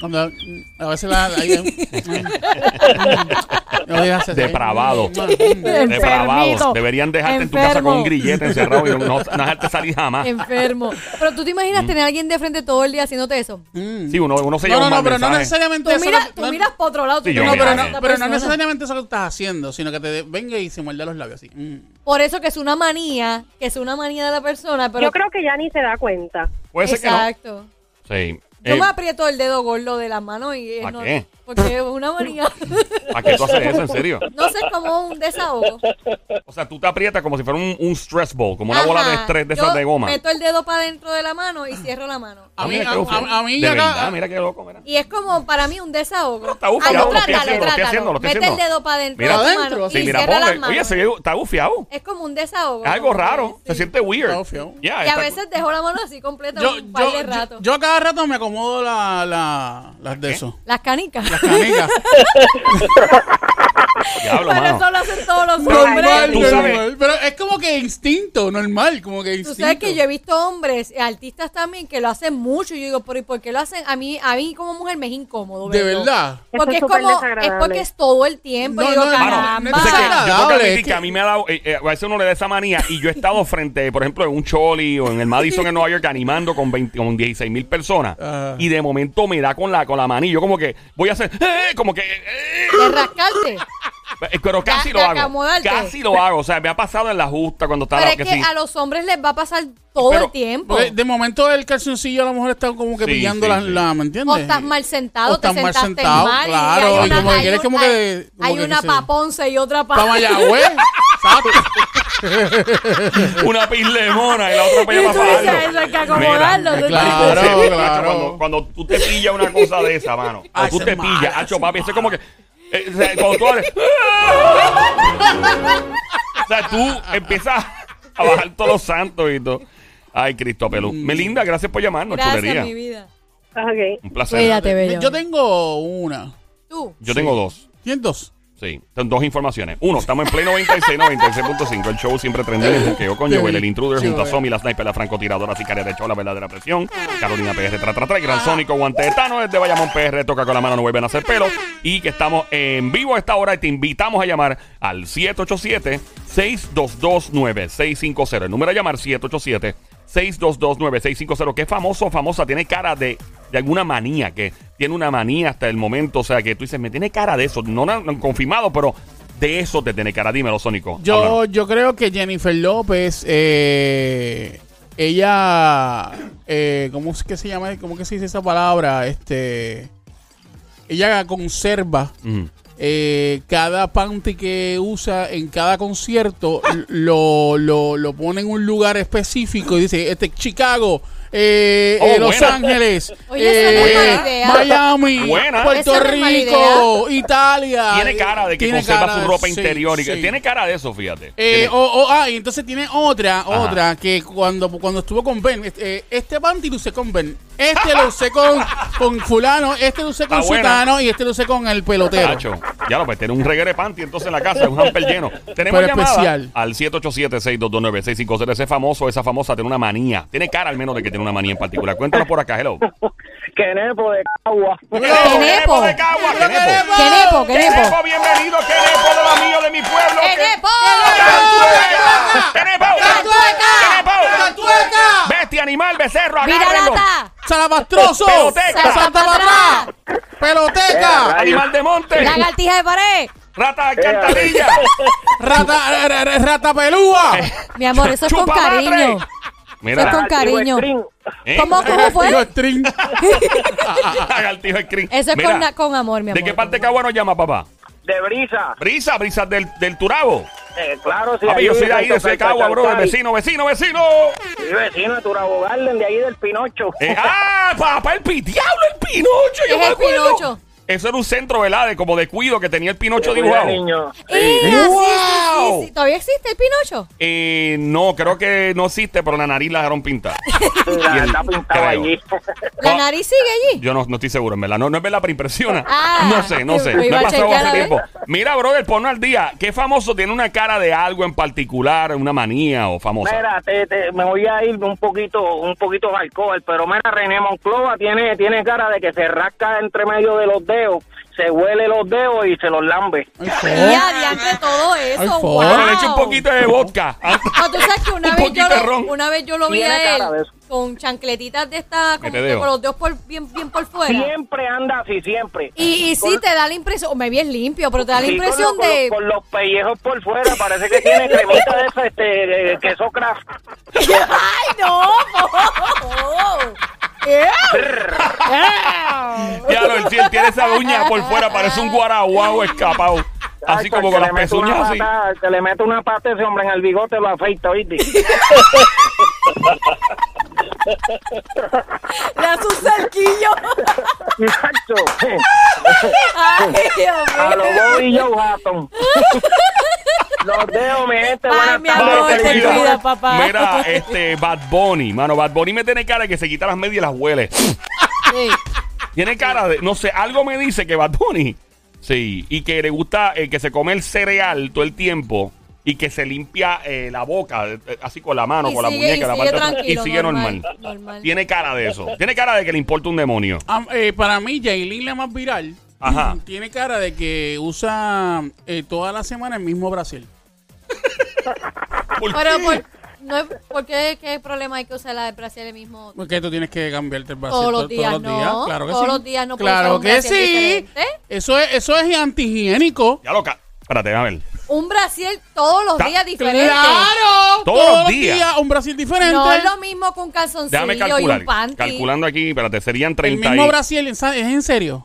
[SPEAKER 3] Cuando, a veces la... hay-
[SPEAKER 1] *laughs*
[SPEAKER 3] No digas eso. ¿eh?
[SPEAKER 1] Depravado. Depravados. Deberían dejarte en tu casa con un grillete encerrado y no, no dejarte salir jamás.
[SPEAKER 2] Enfermo. Pero tú te imaginas tener a alguien de frente todo el día haciéndote eso.
[SPEAKER 3] Mm.
[SPEAKER 1] Sí, uno, uno se
[SPEAKER 3] No,
[SPEAKER 1] lleva
[SPEAKER 3] no,
[SPEAKER 1] un
[SPEAKER 3] no,
[SPEAKER 1] mal
[SPEAKER 3] pero
[SPEAKER 1] mensaje.
[SPEAKER 3] no
[SPEAKER 2] Tú,
[SPEAKER 3] necesariamente eso
[SPEAKER 2] miras,
[SPEAKER 3] que-
[SPEAKER 2] tú
[SPEAKER 3] no-
[SPEAKER 2] miras para otro lado. tú
[SPEAKER 1] Sí, yo
[SPEAKER 2] miras
[SPEAKER 1] mira,
[SPEAKER 3] No,
[SPEAKER 2] para
[SPEAKER 1] eh.
[SPEAKER 3] pero
[SPEAKER 2] otra
[SPEAKER 3] no, pero no
[SPEAKER 2] persona.
[SPEAKER 3] necesariamente eso que tú estás haciendo, sino que te de- venga y se muerda los labios así. Mm.
[SPEAKER 2] Por eso que es una manía, que es una manía de la persona. Pero
[SPEAKER 4] Yo creo que ya ni se da cuenta.
[SPEAKER 1] Puede ser que no.
[SPEAKER 2] Exacto.
[SPEAKER 1] Sí.
[SPEAKER 2] Yo
[SPEAKER 1] Eh,
[SPEAKER 2] me aprieto el dedo gordo de la mano y es
[SPEAKER 1] ¿Para
[SPEAKER 2] no-
[SPEAKER 1] qué?
[SPEAKER 2] porque es una manía. *laughs*
[SPEAKER 1] ¿Para qué tú haces eso, en serio?
[SPEAKER 2] no sé cómo un desahogo.
[SPEAKER 1] O sea, tú te aprietas como si fuera un, un stress ball, como una bola de
[SPEAKER 2] Ajá.
[SPEAKER 1] estrés de
[SPEAKER 2] Yo
[SPEAKER 1] esas de goma. Ah.
[SPEAKER 2] Meto el dedo para dentro de la mano y cierro la mano.
[SPEAKER 3] A mí,
[SPEAKER 1] Mira,
[SPEAKER 3] a,
[SPEAKER 1] qué ufio.
[SPEAKER 3] a- a mí
[SPEAKER 1] De
[SPEAKER 3] ya
[SPEAKER 1] verdad,
[SPEAKER 3] acá-
[SPEAKER 1] mira qué loco, mira.
[SPEAKER 2] Y es como para mí un desahogo.
[SPEAKER 1] Está
[SPEAKER 2] Ah,
[SPEAKER 1] bufiado,
[SPEAKER 2] no,
[SPEAKER 1] lo estoy
[SPEAKER 2] trátalo,
[SPEAKER 1] haciendo, lo estoy haciendo,
[SPEAKER 2] trátalo.
[SPEAKER 1] lo estoy
[SPEAKER 2] Mete el
[SPEAKER 1] haciendo.
[SPEAKER 2] dedo para dentro
[SPEAKER 1] Mira,
[SPEAKER 2] de tu
[SPEAKER 3] adentro,
[SPEAKER 2] mano y
[SPEAKER 3] así.
[SPEAKER 1] Pues Sí, mira,
[SPEAKER 2] cierra
[SPEAKER 1] ponle.
[SPEAKER 2] las manos.
[SPEAKER 1] Oye, se ve- está bufiado.
[SPEAKER 2] Es como un desahogo.
[SPEAKER 1] Es algo
[SPEAKER 2] ¿no?
[SPEAKER 1] raro.
[SPEAKER 2] Sí.
[SPEAKER 1] Se siente weird.
[SPEAKER 3] Está bufiado.
[SPEAKER 1] Ya,
[SPEAKER 2] Y a
[SPEAKER 1] está-
[SPEAKER 2] veces dejo la mano así completa
[SPEAKER 3] yo,
[SPEAKER 2] un par
[SPEAKER 3] yo,
[SPEAKER 2] de
[SPEAKER 3] yo-
[SPEAKER 2] rato.
[SPEAKER 3] yo cada rato me acomodo la, la, las de eso.
[SPEAKER 2] Las canicas. *laughs*
[SPEAKER 3] Las canicas.
[SPEAKER 1] Diablo,
[SPEAKER 2] Pero
[SPEAKER 1] mano.
[SPEAKER 2] eso lo hacen todos los
[SPEAKER 3] normal,
[SPEAKER 1] tú
[SPEAKER 2] hombres.
[SPEAKER 1] sabes.
[SPEAKER 3] normal. Pero es como que instinto, normal, como que
[SPEAKER 2] Tú
[SPEAKER 3] instinto.
[SPEAKER 2] sabes que yo he visto hombres, eh, artistas también, que lo hacen mucho. Y yo digo, ¿pero y por qué lo hacen? A mí, a mí como mujer me es incómodo.
[SPEAKER 3] De
[SPEAKER 2] verlo.
[SPEAKER 3] verdad.
[SPEAKER 2] Porque es
[SPEAKER 4] Eso es súper
[SPEAKER 2] como, es
[SPEAKER 4] desagradable.
[SPEAKER 2] porque es todo el tiempo.
[SPEAKER 3] No,
[SPEAKER 2] y digo,
[SPEAKER 3] no, no, no, no,
[SPEAKER 2] caramba.
[SPEAKER 3] no,
[SPEAKER 1] Yo sé que- yo tengo que
[SPEAKER 3] Agradable,
[SPEAKER 1] admitir
[SPEAKER 3] es
[SPEAKER 1] que a mí me ha dado, eh, eh, a veces uno le da esa manía y yo he estado frente, por ejemplo, en un Choli o en el Madison en Nueva York animando con, 20 con 16 mil personas
[SPEAKER 3] Ajá.
[SPEAKER 1] y de momento me da con la, con la mano y yo como que voy a hacer, eh, como que, eh,
[SPEAKER 2] de
[SPEAKER 3] *laughs*
[SPEAKER 2] rascarte.
[SPEAKER 1] eh, pero casi
[SPEAKER 2] de
[SPEAKER 1] lo hago,
[SPEAKER 2] acomodarte.
[SPEAKER 1] casi lo hago, o sea, me ha pasado en la justa cuando estaba,
[SPEAKER 2] Pero es que
[SPEAKER 1] sí.
[SPEAKER 2] a los hombres les va a pasar todo
[SPEAKER 1] Pero-
[SPEAKER 2] el tiempo.
[SPEAKER 3] Porque Pues, de momento el calzoncillo a lo mejor está como que
[SPEAKER 1] Sí,
[SPEAKER 3] pillando
[SPEAKER 1] sí,
[SPEAKER 3] la,
[SPEAKER 1] sí.
[SPEAKER 3] la- ¿me entiendes?
[SPEAKER 2] O estás mal sentado,
[SPEAKER 3] O estás
[SPEAKER 2] te
[SPEAKER 3] mal
[SPEAKER 2] sentaste
[SPEAKER 3] sentado,
[SPEAKER 2] mal. y
[SPEAKER 3] claro,
[SPEAKER 2] hay
[SPEAKER 1] y
[SPEAKER 2] una,
[SPEAKER 1] como que
[SPEAKER 2] hay
[SPEAKER 3] quieres
[SPEAKER 2] un-
[SPEAKER 3] como que-
[SPEAKER 2] hay-
[SPEAKER 3] como
[SPEAKER 2] hay
[SPEAKER 3] que
[SPEAKER 2] una
[SPEAKER 3] se-
[SPEAKER 2] pa' Ponce y otra pa...
[SPEAKER 3] Para Mayagüez. Exacto.
[SPEAKER 1] *laughs* una pislemona y la otra pilla
[SPEAKER 2] *laughs* Y tú
[SPEAKER 1] para
[SPEAKER 2] dices, eso hay que acomodarlo,
[SPEAKER 1] Mira,
[SPEAKER 2] tú
[SPEAKER 3] Claro,
[SPEAKER 1] marico, ese,
[SPEAKER 3] claro.
[SPEAKER 1] macho, Cuando, cuando tú te pillas una cosa de esa, mano,
[SPEAKER 3] Ah, *laughs*
[SPEAKER 1] cuando tú
[SPEAKER 3] ese
[SPEAKER 1] te
[SPEAKER 3] es
[SPEAKER 1] pillas,
[SPEAKER 3] malo,
[SPEAKER 1] hacho papi, eso es como que Eh, o sea, cuando tú hables- *laughs* O sea, tú empiezas a bajar todos los santos y todo. Ay, Cristo Pelú.
[SPEAKER 3] Mm.
[SPEAKER 1] Melinda, gracias por llamarnos,
[SPEAKER 2] *laughs* Gracias,
[SPEAKER 1] chulería.
[SPEAKER 2] mi vida.
[SPEAKER 4] Ok.
[SPEAKER 1] Un placer.
[SPEAKER 2] Cuídate, bello.
[SPEAKER 3] Yo tengo una.
[SPEAKER 2] Tú.
[SPEAKER 1] Yo tengo dos.
[SPEAKER 3] ¿Tienes dos?
[SPEAKER 1] Sí, son dos informaciones. Uno, estamos en pleno 96, 96.5. El show siempre trendido en buqueo con Joel, el intruder junto a Somi, la sniper, la francotiradora, sicaria de hecho, la verdadera presión. Carolina PR, tra, tra, tra, y gran sónico, guante de Thanos, desde Bayamón PR, toca con la mano, no vuelven a hacer pelo. Y que estamos en vivo a esta hora y te invitamos a llamar al 787-622-9650. El número a llamar 787 6229650, que es famoso, famosa, tiene cara de, de alguna manía, que tiene una manía hasta el momento, o sea, que tú dices, me tiene cara de eso, no, no, no, confirmado, pero de eso te tiene cara, dímelo, Sónico.
[SPEAKER 3] Yo,
[SPEAKER 1] Háblanos.
[SPEAKER 3] yo creo que Jennifer López, eh, ella, eh, ¿cómo es que se llama? ¿Cómo que se dice esa palabra? Este, ella conserva
[SPEAKER 1] Mm.
[SPEAKER 3] eh, cada panty que usa en cada concierto, lo, lo, lo pone en un lugar específico y dice, este Chicago. eh,
[SPEAKER 1] Oh,
[SPEAKER 3] eh, Los
[SPEAKER 1] buena.
[SPEAKER 3] Ángeles,
[SPEAKER 2] *laughs*
[SPEAKER 3] eh,
[SPEAKER 2] Oye, eso no es mala idea.
[SPEAKER 3] Miami,
[SPEAKER 1] Buena.
[SPEAKER 3] Puerto
[SPEAKER 2] Eso no es mala
[SPEAKER 3] Rico, Italia.
[SPEAKER 1] Tiene cara de que
[SPEAKER 3] Tiene
[SPEAKER 1] conserva
[SPEAKER 3] cara
[SPEAKER 1] su
[SPEAKER 3] de-
[SPEAKER 1] ropa
[SPEAKER 3] sí,
[SPEAKER 1] interior. y que-
[SPEAKER 3] sí.
[SPEAKER 1] Tiene cara de eso, fíjate.
[SPEAKER 3] Eh,
[SPEAKER 1] Tiene-
[SPEAKER 3] o, o- ah, y entonces tiene otra, otra, que cuando, cuando estuvo con Ben, este, eh, este panty lo usé con Ben, este lo
[SPEAKER 1] *laughs*
[SPEAKER 3] usé con, con fulano, este lo usé con
[SPEAKER 1] Ah, bueno.
[SPEAKER 3] sutano y este lo usé con el pelotero.
[SPEAKER 1] Tacho, ya lo pues, tiene un reguero de panty entonces en la casa, un hamper lleno. Tenemos
[SPEAKER 3] Pero
[SPEAKER 1] llamada
[SPEAKER 3] especial.
[SPEAKER 1] al 787-629-650. Ese famoso, esa famosa tiene una manía. Tiene cara al menos de que tiene una manía en particular. Cuéntanos por acá, hello.
[SPEAKER 4] Que nepo de agua.
[SPEAKER 2] ¡Qué nepo!
[SPEAKER 1] de Cagua! ¡Qué nepo!
[SPEAKER 2] ¡Qué nepo, qué
[SPEAKER 1] ¡Qué
[SPEAKER 2] nepo!
[SPEAKER 1] nepo! ¡Bienvenido! ¡Qué nepo de lo mío, de mi pueblo!
[SPEAKER 2] ¡Qué nepo!
[SPEAKER 1] ¡Cantueca! ¡Qué nepo!
[SPEAKER 2] ¡Cantueca!
[SPEAKER 1] ¡Qué nepo!
[SPEAKER 3] ¡Cantueca!
[SPEAKER 1] ¡Bestia, animal, becerro! agárrenlo!
[SPEAKER 2] ¡Viralata!
[SPEAKER 3] ¡Salabastroso!
[SPEAKER 1] Peloteca.
[SPEAKER 3] ¡Saltabatrá! ¡Peloteca!
[SPEAKER 1] ¡Animal de monte!
[SPEAKER 2] ¡Lagartija de pared!
[SPEAKER 1] ¡Rata
[SPEAKER 6] Eh,
[SPEAKER 1] de alcantarilla!
[SPEAKER 3] ¡Rata, ra- ra-
[SPEAKER 1] *laughs*
[SPEAKER 3] rata pelúa!
[SPEAKER 2] Mi amor, *laughs* eso es con
[SPEAKER 1] ¡Chupa madre!
[SPEAKER 2] cariño.
[SPEAKER 1] *laughs*
[SPEAKER 2] Eso es con
[SPEAKER 1] Mira,
[SPEAKER 2] cariño.
[SPEAKER 1] ¿eh? *laughs*
[SPEAKER 2] ¿Cómo, cómo
[SPEAKER 3] Digo,
[SPEAKER 2] fue?
[SPEAKER 3] string.
[SPEAKER 1] Lagartijo de crin.
[SPEAKER 2] Eso es
[SPEAKER 1] Mira,
[SPEAKER 2] con, la- con amor, mi amor.
[SPEAKER 1] ¿De qué parte de Cagua nos llama, papá?
[SPEAKER 6] De brisa.
[SPEAKER 1] Brisa, brisa del, del Turabo.
[SPEAKER 6] Eh, claro, sí.
[SPEAKER 1] Papi, yo soy de ahí, de
[SPEAKER 6] Chay,
[SPEAKER 1] ese Cagua,
[SPEAKER 6] Chay,
[SPEAKER 1] bro, de
[SPEAKER 6] Chay.
[SPEAKER 1] vecino, vecino, vecino.
[SPEAKER 6] Sí, vecino de Turabo Garden, de ahí del Pinocho.
[SPEAKER 2] *laughs*
[SPEAKER 1] Eh, ¡Ah, papá, el pi, diablo, el Pinocho!
[SPEAKER 2] ¿Qué
[SPEAKER 1] Yo
[SPEAKER 2] es
[SPEAKER 1] me
[SPEAKER 2] el
[SPEAKER 1] acuerdo.
[SPEAKER 2] Pinocho?
[SPEAKER 1] Eso era un centro, ¿verdad? De, como de cuido que tenía el Pinocho
[SPEAKER 6] Cuida,
[SPEAKER 1] dibujado. *laughs*
[SPEAKER 6] niño.
[SPEAKER 2] ¡Ira, sí, sí,
[SPEAKER 1] ¡Wow!
[SPEAKER 2] sí, sí. ¿Todavía existe el Pinocho?
[SPEAKER 1] Eh, no, creo que no existe, pero la nariz la dejaron
[SPEAKER 6] *laughs*
[SPEAKER 1] pintar.
[SPEAKER 6] Sí,
[SPEAKER 1] Y el-
[SPEAKER 6] está pintado
[SPEAKER 1] creo.
[SPEAKER 6] allí.
[SPEAKER 2] ¿La
[SPEAKER 1] No.
[SPEAKER 2] nariz sigue allí?
[SPEAKER 1] Yo no, no estoy seguro, en verdad. No, no es verdad, pero impresiona.
[SPEAKER 2] *laughs* Ah,
[SPEAKER 1] no sé, no sé.
[SPEAKER 2] yo
[SPEAKER 1] No he
[SPEAKER 2] iba a
[SPEAKER 1] pasado
[SPEAKER 2] chequear
[SPEAKER 1] hace
[SPEAKER 2] a ver.
[SPEAKER 1] tiempo. Mira, brother, ponlo al día. ¿Qué famoso tiene una cara de algo en particular, una manía o famosa?
[SPEAKER 6] Mira, te- te- me voy a ir un poquito, un poquito alcohol, pero mira, René Monclova tiene, tiene cara de que se rasca entre medio de los dedos, se huele los dedos y se los lambe.
[SPEAKER 3] Ay,
[SPEAKER 2] Y
[SPEAKER 3] fo-
[SPEAKER 2] adiante todo
[SPEAKER 3] Ay,
[SPEAKER 2] eso,
[SPEAKER 3] fo-
[SPEAKER 2] wow.
[SPEAKER 1] Bueno, le eché un poquito de
[SPEAKER 2] *laughs*
[SPEAKER 1] vodka.
[SPEAKER 2] No, tú sabes que una,
[SPEAKER 1] *laughs* Un
[SPEAKER 2] vez,
[SPEAKER 1] poquito
[SPEAKER 2] yo
[SPEAKER 1] de
[SPEAKER 2] lo,
[SPEAKER 1] ron.
[SPEAKER 2] una vez yo lo vi
[SPEAKER 6] Tiene
[SPEAKER 2] a él
[SPEAKER 6] cara de eso.
[SPEAKER 2] con chancletitas de estas, como
[SPEAKER 1] Mete
[SPEAKER 2] que
[SPEAKER 1] dedo.
[SPEAKER 2] con los dedos por- bien, bien por fuera.
[SPEAKER 6] Siempre anda así, siempre.
[SPEAKER 2] Y, y sí,
[SPEAKER 6] Con-
[SPEAKER 2] te da la impresión, o me vi es limpio, pero te da la
[SPEAKER 6] Sí,
[SPEAKER 2] impresión
[SPEAKER 6] con, lo-
[SPEAKER 2] de...
[SPEAKER 6] con los- con los pellejos por fuera, parece que tiene cremita de esa, este, eh, queso craft.
[SPEAKER 2] ¡Ay, no!
[SPEAKER 1] Ya lo él tiene- tiene esa uña por fuera, parece un guaraguao escapado. Así
[SPEAKER 6] Chacho,
[SPEAKER 1] como con
[SPEAKER 6] el que
[SPEAKER 1] las
[SPEAKER 6] pues, le mete una
[SPEAKER 1] pezuñas así.
[SPEAKER 6] patada- el que le mete una pata a ese hombre en el bigote lo
[SPEAKER 2] *laughs*
[SPEAKER 6] afeita, ¿oíste?
[SPEAKER 2] Le hace un cerquillo.
[SPEAKER 6] *laughs* Chacho,
[SPEAKER 2] ¡Ay, Dios
[SPEAKER 6] a
[SPEAKER 2] mío!
[SPEAKER 6] los Bobby
[SPEAKER 2] *laughs*
[SPEAKER 6] Joe Hatton. Los dejo, mi gente.
[SPEAKER 2] Ay,
[SPEAKER 6] Buenas
[SPEAKER 2] mi
[SPEAKER 6] tardes.
[SPEAKER 2] amor, te
[SPEAKER 6] felicidades.
[SPEAKER 2] cuida, papá.
[SPEAKER 1] Mira, este Bad Bunny, mano, Bad Bunny me tiene cara de que se quita las medias y las huele.
[SPEAKER 2] Sí.
[SPEAKER 1] Tiene cara de, no sé, algo me dice que Bad Bunny, sí, y que le gusta eh, que se come el cereal todo el tiempo y que se limpia eh, la boca, eh, así con la mano,
[SPEAKER 2] Y
[SPEAKER 1] con la
[SPEAKER 2] sigue- y
[SPEAKER 1] muñeca, la
[SPEAKER 2] sigue
[SPEAKER 1] parte y
[SPEAKER 2] tranquilo,
[SPEAKER 1] sigue normal,
[SPEAKER 2] normal, normal.
[SPEAKER 1] Tiene cara de eso. Tiene cara de que le importa un demonio.
[SPEAKER 3] Am- eh, para mí, Jailin la más viral.
[SPEAKER 1] Ajá.
[SPEAKER 3] Tiene cara de que usa eh, toda la semana el mismo Brasil.
[SPEAKER 1] ¿Por
[SPEAKER 2] Pero,
[SPEAKER 1] qué?
[SPEAKER 2] por, no es, ¿por qué, qué problema hay que usar la de Brasil el mismo?
[SPEAKER 3] Porque tú tienes que cambiarte el brasil
[SPEAKER 2] Todos los
[SPEAKER 3] to-
[SPEAKER 2] días, no.
[SPEAKER 3] claro que
[SPEAKER 2] Todos
[SPEAKER 3] sí.
[SPEAKER 2] los días no puedes usar
[SPEAKER 3] Claro
[SPEAKER 2] un
[SPEAKER 3] que
[SPEAKER 2] brasil
[SPEAKER 3] sí.
[SPEAKER 2] diferente.
[SPEAKER 3] Eso es, eso es antihigiénico.
[SPEAKER 1] Ya loca. Espérate, a ver.
[SPEAKER 2] Un Brasil todos los
[SPEAKER 1] Ta-
[SPEAKER 2] días diferente.
[SPEAKER 3] Claro.
[SPEAKER 1] Todos
[SPEAKER 3] Todos,
[SPEAKER 1] los
[SPEAKER 3] los
[SPEAKER 1] días.
[SPEAKER 3] días. un brasil diferente.
[SPEAKER 2] No es lo mismo que un calzoncillo
[SPEAKER 1] Déjame
[SPEAKER 2] y un
[SPEAKER 1] calcular.
[SPEAKER 2] panty.
[SPEAKER 1] Calculando aquí, espérate, serían
[SPEAKER 3] el
[SPEAKER 1] 30
[SPEAKER 3] mismo
[SPEAKER 1] y-
[SPEAKER 3] brasil, ¿en sa- ¿es en serio?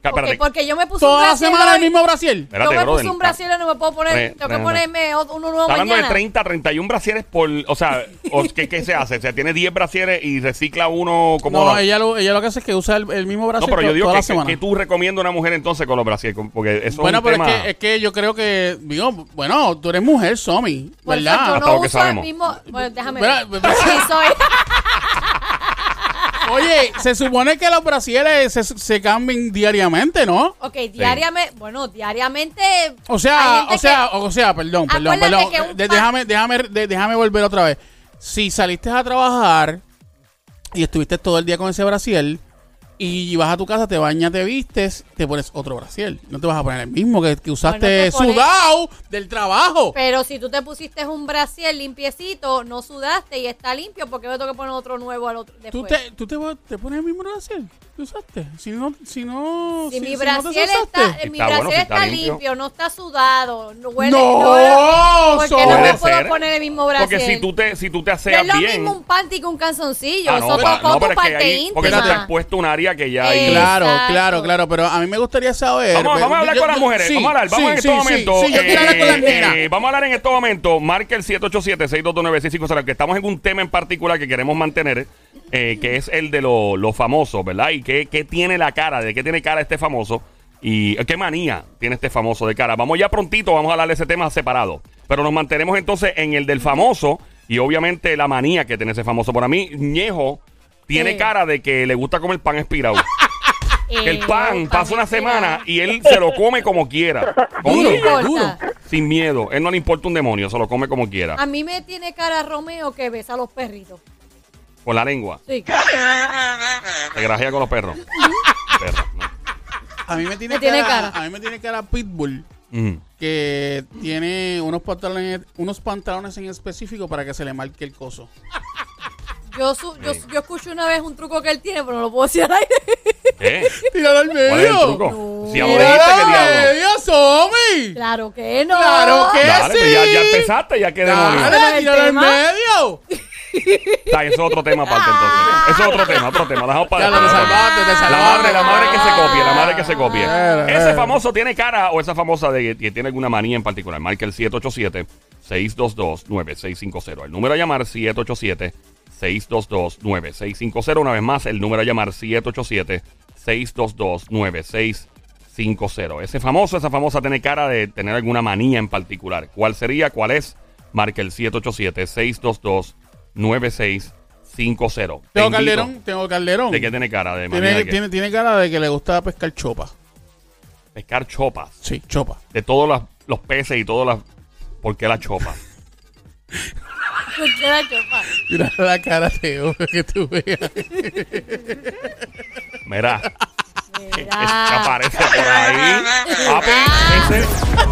[SPEAKER 1] Ca-
[SPEAKER 2] Ok,
[SPEAKER 1] espérate.
[SPEAKER 2] porque yo me puse un
[SPEAKER 3] Toda la
[SPEAKER 2] brasier
[SPEAKER 3] semana el
[SPEAKER 2] hoy.
[SPEAKER 3] mismo Brasil.
[SPEAKER 1] Espérate,
[SPEAKER 2] yo me
[SPEAKER 1] brother.
[SPEAKER 2] puse un brasier y no me puedo poner.
[SPEAKER 1] Re-
[SPEAKER 2] Tengo que
[SPEAKER 1] re-
[SPEAKER 2] ponerme otro- uno nuevo
[SPEAKER 1] Está hablando de
[SPEAKER 2] mañana.
[SPEAKER 1] 30, 31 brasieres por. O sea, o- *laughs* ¿qué, qué se hace? O sea, tiene 10 brasieres y recicla uno como.
[SPEAKER 3] No,
[SPEAKER 1] la-
[SPEAKER 3] ella lo, ella lo que hace es que usa el, el mismo
[SPEAKER 1] No,
[SPEAKER 3] Brasil
[SPEAKER 1] pero yo
[SPEAKER 3] to-
[SPEAKER 1] digo
[SPEAKER 3] toda
[SPEAKER 1] que,
[SPEAKER 3] la semana.
[SPEAKER 1] que tú recomiendas a una mujer entonces con los brasieres. con- Porque eso
[SPEAKER 3] bueno,
[SPEAKER 1] es un
[SPEAKER 3] pero
[SPEAKER 1] tema.
[SPEAKER 3] es, que, es que yo creo que, digo, bueno, tú eres mujer, Somi,
[SPEAKER 2] Por eso
[SPEAKER 3] ¿verdad?
[SPEAKER 2] yo
[SPEAKER 1] Hasta lo
[SPEAKER 2] no
[SPEAKER 1] que
[SPEAKER 2] uso el
[SPEAKER 1] sabemos.
[SPEAKER 2] mismo. Bueno, déjame
[SPEAKER 3] Espera,
[SPEAKER 2] ver.
[SPEAKER 3] espera.
[SPEAKER 2] Sí, soy. *laughs*
[SPEAKER 3] Oye, se supone que los brasieres se, se cambian diariamente, ¿no?
[SPEAKER 2] Ok, diariamente. Bueno, diariamente.
[SPEAKER 3] O
[SPEAKER 2] hay
[SPEAKER 3] sea,
[SPEAKER 2] gente
[SPEAKER 3] o sea, o sea, perdón, perdón,
[SPEAKER 2] Acuérdate
[SPEAKER 3] perdón.
[SPEAKER 2] que un
[SPEAKER 3] De-
[SPEAKER 2] pa-
[SPEAKER 3] déjame, déjame, de- déjame volver otra vez. Si saliste a trabajar y estuviste todo el día con ese brasier y vas a tu casa, te bañas, te vistes, te pones otro brasier. No te vas a poner el mismo que, que usaste
[SPEAKER 2] te pones-
[SPEAKER 3] sudado del trabajo.
[SPEAKER 2] que- pues, Pero pues. si tú te pusiste un brasier limpiecito, no sudaste y está limpio, ¿por qué me tengo que poner otro nuevo al otro después?
[SPEAKER 3] ¿Tú, te, tú te, te pones el mismo brasier que usaste? Si no, si no,
[SPEAKER 2] Pues Si mi
[SPEAKER 3] no te
[SPEAKER 2] brasier
[SPEAKER 3] deshazaste.
[SPEAKER 2] está, mi
[SPEAKER 1] Está bueno,
[SPEAKER 2] brasier
[SPEAKER 1] si
[SPEAKER 2] está,
[SPEAKER 1] está
[SPEAKER 2] limpio.
[SPEAKER 1] limpio.
[SPEAKER 2] no está sudado, no huele.
[SPEAKER 3] ¡No!
[SPEAKER 2] ¿Por
[SPEAKER 3] Sol.
[SPEAKER 2] qué no me
[SPEAKER 1] Puede
[SPEAKER 2] puedo
[SPEAKER 1] ser.
[SPEAKER 2] poner el mismo brasier?
[SPEAKER 1] Porque si tú te, si tú te
[SPEAKER 2] No es
[SPEAKER 1] aseas
[SPEAKER 2] lo
[SPEAKER 1] bien.
[SPEAKER 2] mismo un panty que un calzoncillo.
[SPEAKER 1] Ah,
[SPEAKER 2] Eso
[SPEAKER 1] pa-
[SPEAKER 2] tocó tu
[SPEAKER 1] pero es que
[SPEAKER 2] parte
[SPEAKER 1] ahí- Porque tú te has
[SPEAKER 2] íntima.
[SPEAKER 1] puesto un área que ya hay.
[SPEAKER 2] Eh,
[SPEAKER 3] Claro,
[SPEAKER 2] Exacto.
[SPEAKER 3] claro, claro, pero a mí me gustaría saber.
[SPEAKER 1] Vamos,
[SPEAKER 3] pero-
[SPEAKER 1] vamos a hablar
[SPEAKER 3] yo-
[SPEAKER 1] con las
[SPEAKER 3] yo-
[SPEAKER 1] mujeres.
[SPEAKER 3] sí,
[SPEAKER 1] vamos a hablar, vamos
[SPEAKER 3] sí,
[SPEAKER 1] en
[SPEAKER 3] sí,
[SPEAKER 1] estos momentos.
[SPEAKER 3] Sí, sí, yo quiero hablar con las
[SPEAKER 1] eh,
[SPEAKER 3] nenas.
[SPEAKER 1] eh, vamos a hablar en estos momentos. Marca el 787-629-650, que estamos en un tema en particular que queremos mantener, eh, que es el de lo- los famosos, ¿verdad? Y qué, qué tiene la cara, de qué tiene cara este famoso y eh, qué manía tiene este famoso de cara. Vamos ya prontito, vamos a hablar de ese tema separado. Pero nos mantenemos entonces en el del famoso y obviamente la manía que tiene ese famoso. Para mí, Ñejo tiene
[SPEAKER 2] Sí.
[SPEAKER 1] cara de que le gusta comer pan espirado. Que el
[SPEAKER 2] Eh,
[SPEAKER 1] pan pasa una
[SPEAKER 2] espirado.
[SPEAKER 1] semana y él se lo come como quiera. Con-
[SPEAKER 3] *laughs* Duro,
[SPEAKER 2] No importa.
[SPEAKER 3] duro.
[SPEAKER 1] sin miedo. Él no le importa un demonio, se lo come como quiera.
[SPEAKER 3] Ah.
[SPEAKER 2] A mí me tiene cara Romeo que besa a los perritos.
[SPEAKER 1] Con la lengua.
[SPEAKER 2] Sí.
[SPEAKER 1] Se grajea con los perros. Perro,
[SPEAKER 3] A mí me tiene,
[SPEAKER 2] Me tiene
[SPEAKER 3] cara,
[SPEAKER 2] cara.
[SPEAKER 3] A mí me tiene cara Pitbull
[SPEAKER 1] ¿no? Mm.
[SPEAKER 3] que tiene unos pantalones, unos pantalones en específico para que se le marque el coso.
[SPEAKER 2] Yo, su- yo, su- yo escuché una vez un truco que él tiene, pero no lo puedo decir al aire.
[SPEAKER 1] ¿Qué?
[SPEAKER 3] Tíralo al medio.
[SPEAKER 1] ¿Eh? ¿Cuál es el truco?
[SPEAKER 2] No.
[SPEAKER 1] Si ahora dijiste que
[SPEAKER 3] Tíralo al
[SPEAKER 1] diablo.
[SPEAKER 3] medio, Somi.
[SPEAKER 2] Claro que no.
[SPEAKER 3] Claro que
[SPEAKER 1] Dale, pero ya,
[SPEAKER 3] sí.
[SPEAKER 1] ya empezaste, ya que demonio.
[SPEAKER 3] Dale,
[SPEAKER 2] Pero el
[SPEAKER 3] tíralo al
[SPEAKER 2] tema-
[SPEAKER 3] medio.
[SPEAKER 1] Está, eso es otro tema aparte entonces. Eso es otro tema, otro tema. Dejamos para
[SPEAKER 3] Ya lo te salvaste, te
[SPEAKER 1] La
[SPEAKER 3] salvaste.
[SPEAKER 1] madre, la madre que se copie, la madre que se copie.
[SPEAKER 3] Ah.
[SPEAKER 1] Ese famoso tiene cara o esa famosa de que tiene alguna manía en particular. Marca el 787-622-9650. El número a llamar 787-622-9650. Una vez más, el número a llamar 787-622-9650. Ese famoso, esa famosa tiene cara de tener alguna manía en particular. ¿Cuál sería? ¿Cuál es? Marca el 787-622-9650.
[SPEAKER 3] Tengo
[SPEAKER 1] Te invito.
[SPEAKER 3] calderón, tengo calderón.
[SPEAKER 1] ¿De qué tiene cara? ¿De manía de
[SPEAKER 3] Tiene,
[SPEAKER 1] qué?
[SPEAKER 3] tiene, tiene cara de que le gusta pescar chopa.
[SPEAKER 1] Pescar chopas.
[SPEAKER 3] Sí, chopa.
[SPEAKER 1] De todos las- los peces y todas las... ¿Por qué la chopa?
[SPEAKER 2] *laughs* Escuché la chopa.
[SPEAKER 3] Mira la cara de ojo que tú veas.
[SPEAKER 1] Mira,
[SPEAKER 2] Mira.
[SPEAKER 1] *laughs* es- aparece por ahí. Papi, ese-